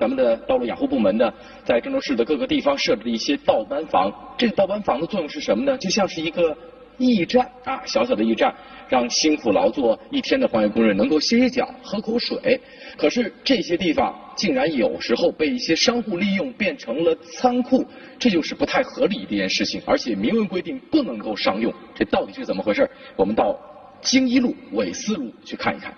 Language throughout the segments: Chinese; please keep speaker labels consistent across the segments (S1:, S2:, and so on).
S1: 咱们的道路养护部门呢，在郑州市的各个地方设置了一些倒班房。这个倒班房的作用是什么呢？就像是一个驿站啊，小小的驿站，让辛苦劳作一天的环卫工人能够歇歇脚、喝口水。可是这些地方竟然有时候被一些商户利用，变成了仓库，这就是不太合理的一件事情。而且明文规定不能够商用，这到底是怎么回事？我们到京一路纬四路去看一看。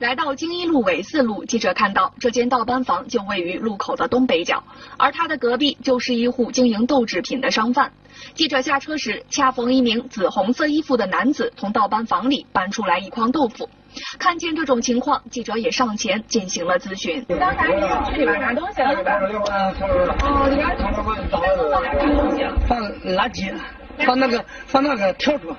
S2: 来到京一路纬四路，记者看到这间倒班房就位于路口的东北角，而他的隔壁就是一户经营豆制品的商贩。记者下车时，恰逢一名紫红色衣服的男子从倒班房里搬出来一筐豆腐。看见这种情况，记者也上前进行了咨询。
S3: 刚才你进去里边拿东西了是吧？哦，里边拿东西了。
S4: 放垃圾，放那个放那个笤帚，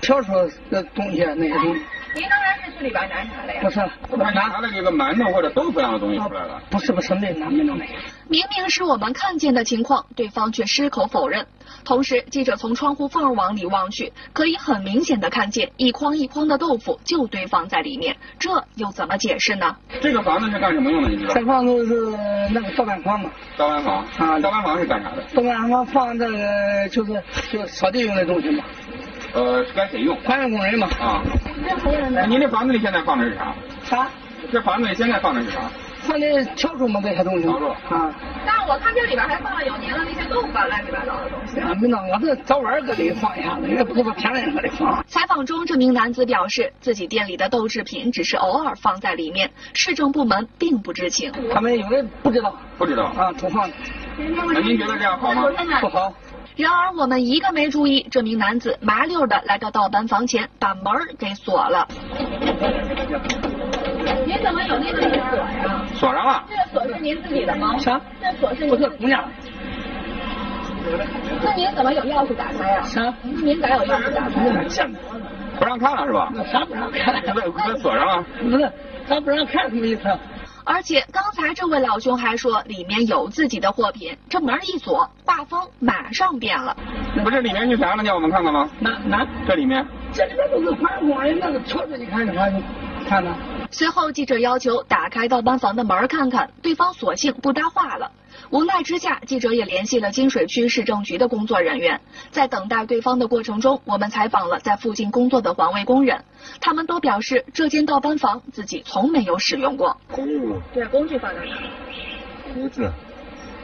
S4: 笤帚的东西那些东西，
S3: 您刚才是去里边拿啥了呀？
S4: 不是
S5: 他拿了这个馒头或者豆腐样的东西出来了。
S4: 不是不是那哪没那没。
S2: 明明是我们看见的情况，对方却矢口否认。同时，记者从窗户缝往里望去，可以很明显的看见一筐一筐的豆腐就堆放在里面，这又怎么解释呢？
S5: 这个房子是干什么用的？你知道？
S4: 再放都是那个豆干筐嘛，
S5: 倒班房
S4: 啊
S5: 倒班房是干啥的？
S4: 豆干筐放这个就是就是扫地用的东西嘛，
S5: 呃，该谁用？
S4: 环卫工人嘛。
S5: 啊，您这房子里现在放的是啥？
S4: 啥？
S5: 这房子里现在放的是啥？
S4: 放的笤帚嘛这些东西嘛。
S5: 笤帚
S4: 啊。
S3: 但是我看这里边还放了有您的那些豆腐啊，乱七八糟的东西。
S4: 啊，没弄，我这早晚搁里放一下子，也不是说天天搁里放。
S2: 采访中，这名男子表示，自己店里的豆制品只是偶尔放在里面，市政部门并不知情。
S4: 他们有的不知道
S5: 不知道。
S4: 啊，都放的
S5: 那您觉得这样好吗？
S4: 不好。
S2: 然而，我们一个没注意，这名男子麻溜的来到倒班房前，把门儿给锁了。
S3: 您怎么有那个锁呀？
S5: 锁上了。
S3: 这个锁是您自己的吗？
S4: 啥？
S3: 这锁是
S4: 不
S3: 您
S4: 是
S3: 的？
S4: 姑娘。
S3: 那您怎么有钥匙打开呀？
S4: 啥？
S3: 您咋有钥匙打开？
S4: 那见
S5: 不让看了是吧？
S4: 那啥不让看？
S5: 那那锁上了。
S4: 不是，他不让看什么意思啊？
S2: 而且刚才这位老兄还说里面有自己的货品，这门一锁，画风马上变了。
S5: 不是里面是啥呢？叫我们看看吗？
S4: 哪哪？
S5: 这里面
S4: 这里边都是环卫工人那个笤帚，你看有啥用？看呢？
S2: 随后，记者要求打开倒班房的门看看，对方索性不搭话了。无奈之下，记者也联系了金水区市政局的工作人员。在等待对方的过程中，我们采访了在附近工作的环卫工人，他们都表示这间倒班房自己从没有使用过。
S6: 公寓嘛，
S3: 对，工具放哪儿？
S6: 屋子，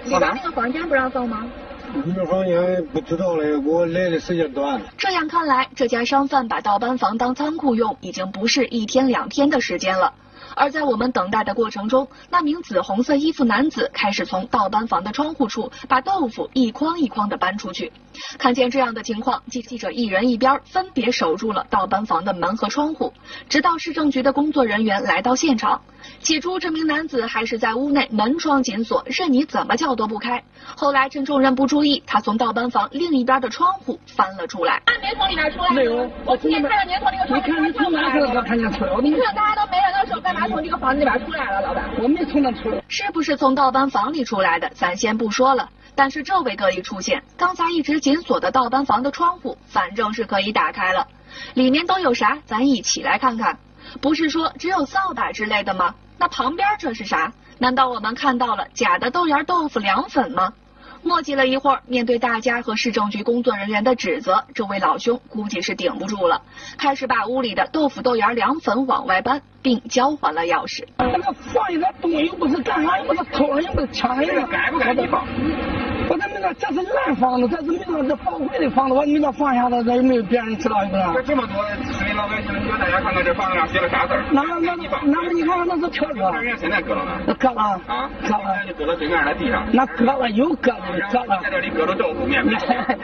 S3: 里边那个房间不让放吗？
S6: 你们房间不知道嘞，我来的时间短。
S2: 这样看来，这家商贩把倒班房当仓库用，已经不是一天两天的时间了。而在我们等待的过程中，那名紫红色衣服男子开始从倒班房的窗户处把豆腐一筐一筐的搬出去。看见这样的情况，记记者一人一边分别守住了倒班房的门和窗户，直到市政局的工作人员来到现场。起初，这名男子还是在屋内门窗紧锁，任你怎么叫都不开。后来趁众人不注意，他从倒班房另一边的窗户翻了出来。
S3: 看您从里边出来
S4: 没有，
S3: 我今天看到您从那个
S4: 你
S3: 窗户
S4: 看你从哪出来？我看见出来，我没
S3: 您看大家都没人的时候，干嘛从这个房子里边出来了，老板？
S4: 我没从那出来。
S2: 是不是从倒班房里出来的，咱先不说了。但是这位哥一出现，刚才一直紧锁的倒班房的窗户，反正是可以打开了。里面都有啥？咱一起来看看。不是说只有扫把之类的吗？那旁边这是啥？难道我们看到了假的豆芽豆腐凉粉吗？墨迹了一会儿，面对大家和市政局工作人员的指责，这位老兄估计是顶不住了，开始把屋里的豆腐豆芽凉粉往外搬，并交还了钥匙。
S4: 那个放一个东西又不是干啥，又不是偷人，又不是抢人
S5: 这个
S4: 的。
S5: 改不改地方？
S4: 我这没那，这是烂房子，这是没那这宝贵的房子，我没那放下子，这又没有别人知道，是不
S5: 这
S4: 是？
S5: 这么多市民老百姓，你让大家看看这房子上写了啥字儿？
S4: 哪那那不你看看那是笤
S5: 那
S4: 帚，
S5: 人家谁在搁了呢？
S4: 那割了
S5: 啊，
S4: 割了，
S5: 就搁到对面的地上。
S4: 那割了有割了割了
S5: 在。这里搁着政府面，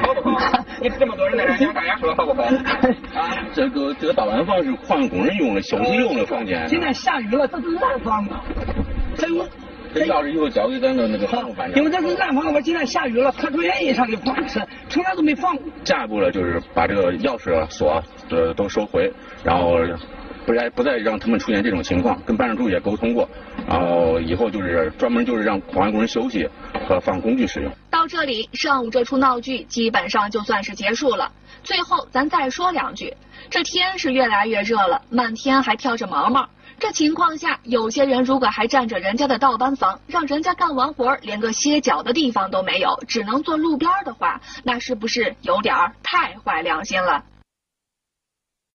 S5: 好不好？你这么多人在这，你让大家说好不好？
S4: 啊
S7: 这个这个打完饭是换工人用的，休息用的房
S5: 啊
S7: 间。啊
S4: 今天下雨了，这是烂房子。这我
S7: 这钥匙以后交给咱的那个
S4: 好
S7: 房管，
S4: 因为这是烂房子，我今天下雨了，特出原因上给放吃，从来都没放过。
S7: 下一步呢，就是把这个钥匙锁呃都收回，然后不再不再让他们出现这种情况，跟办事处也沟通过，然后以后就是专门就是让环卫工人休息和放工具使用。
S2: 到这里，上午这出闹剧基本上就算是结束了。最后，咱再说两句，这天是越来越热了，漫天还飘着毛毛。这情况下，有些人如果还占着人家的倒班房，让人家干完活儿连个歇脚的地方都没有，只能坐路边儿的话，那是不是有点儿太坏良心了？